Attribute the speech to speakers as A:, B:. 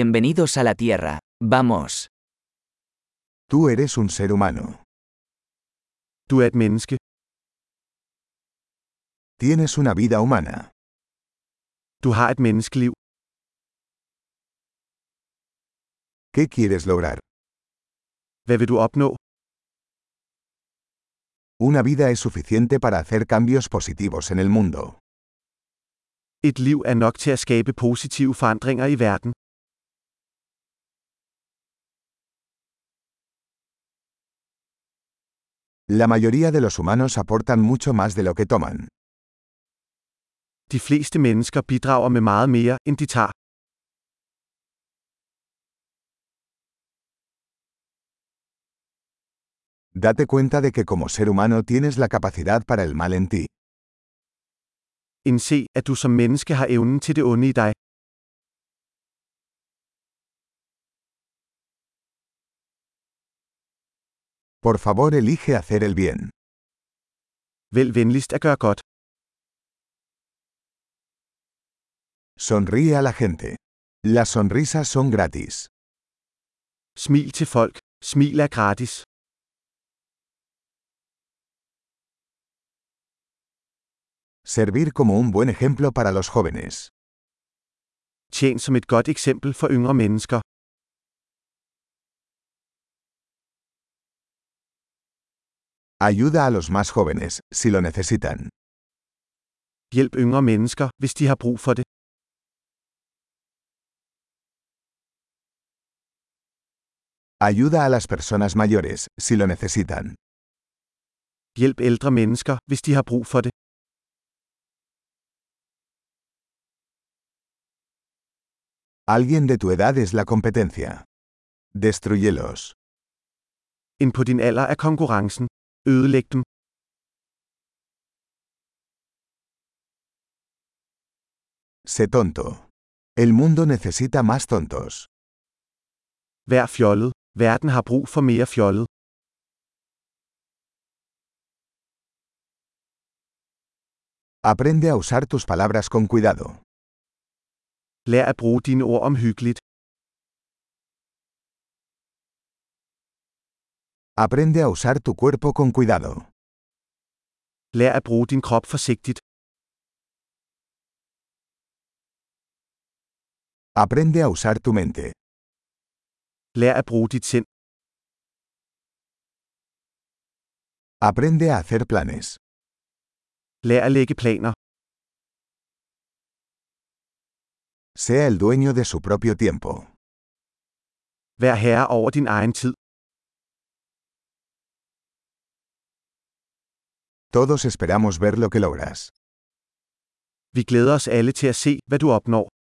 A: Bienvenidos a la Tierra. Vamos.
B: Tú eres un ser humano.
C: Du er et menneske.
B: Tienes una vida humana.
C: Du har et menneskeliv.
B: ¿Qué quieres lograr?
C: Hvad vil du opnå?
B: Una vida es suficiente para hacer cambios positivos en el mundo.
C: Et liv er nok til at skabe positive forandringer i verden.
B: La mayoría de los humanos aportan mucho más de lo que toman.
C: De fleste mennesker bidrager med meget mere, end de tager.
B: Date cuenta de que como ser humano tienes la capacidad para el mal en ti.
C: Indse, at du som menneske har evnen til det onde i dig.
B: Por favor, elige hacer el bien.
C: Vælg venligst at gøre godt.
B: Sonríe a la gente. Las sonrisas son gratis.
C: Smil til folk. Smil er gratis.
B: Servir como un buen ejemplo para los jóvenes.
C: Tjen som et godt eksempel for yngre mennesker.
B: Ayuda a los más jóvenes, si lo necesitan.
C: Hjælp yngre mennesker, hvis de har brug for det.
B: Ayuda a las personas mayores, si lo necesitan.
C: Hjælp ældre mennesker, hvis de har brug for det.
B: Alguien de tu edad es la competencia. Destruyelos.
C: En på din alder er konkurrencen. Ødelæg dem.
B: Sé tonto. El mundo necesita más tontos.
C: Vær fjollet. Verden har brug for mere fjollet.
B: Aprende a usar tus palabras con cuidado.
C: Lær at bruge dine ord omhyggeligt.
B: Aprende a usar tu cuerpo con cuidado.
C: Lær at bruge din krop forsigtigt.
B: Aprende a usar tu mente.
C: Lær at bruge dit sind.
B: Aprende a hacer planes.
C: Lær at lægge planer.
B: Sea el dueño de su propio tiempo.
C: Vær herre over din egen tid.
B: Todos esperamos ver lo que logras.
C: Vi glæder os alle til at se, hvad du opnår.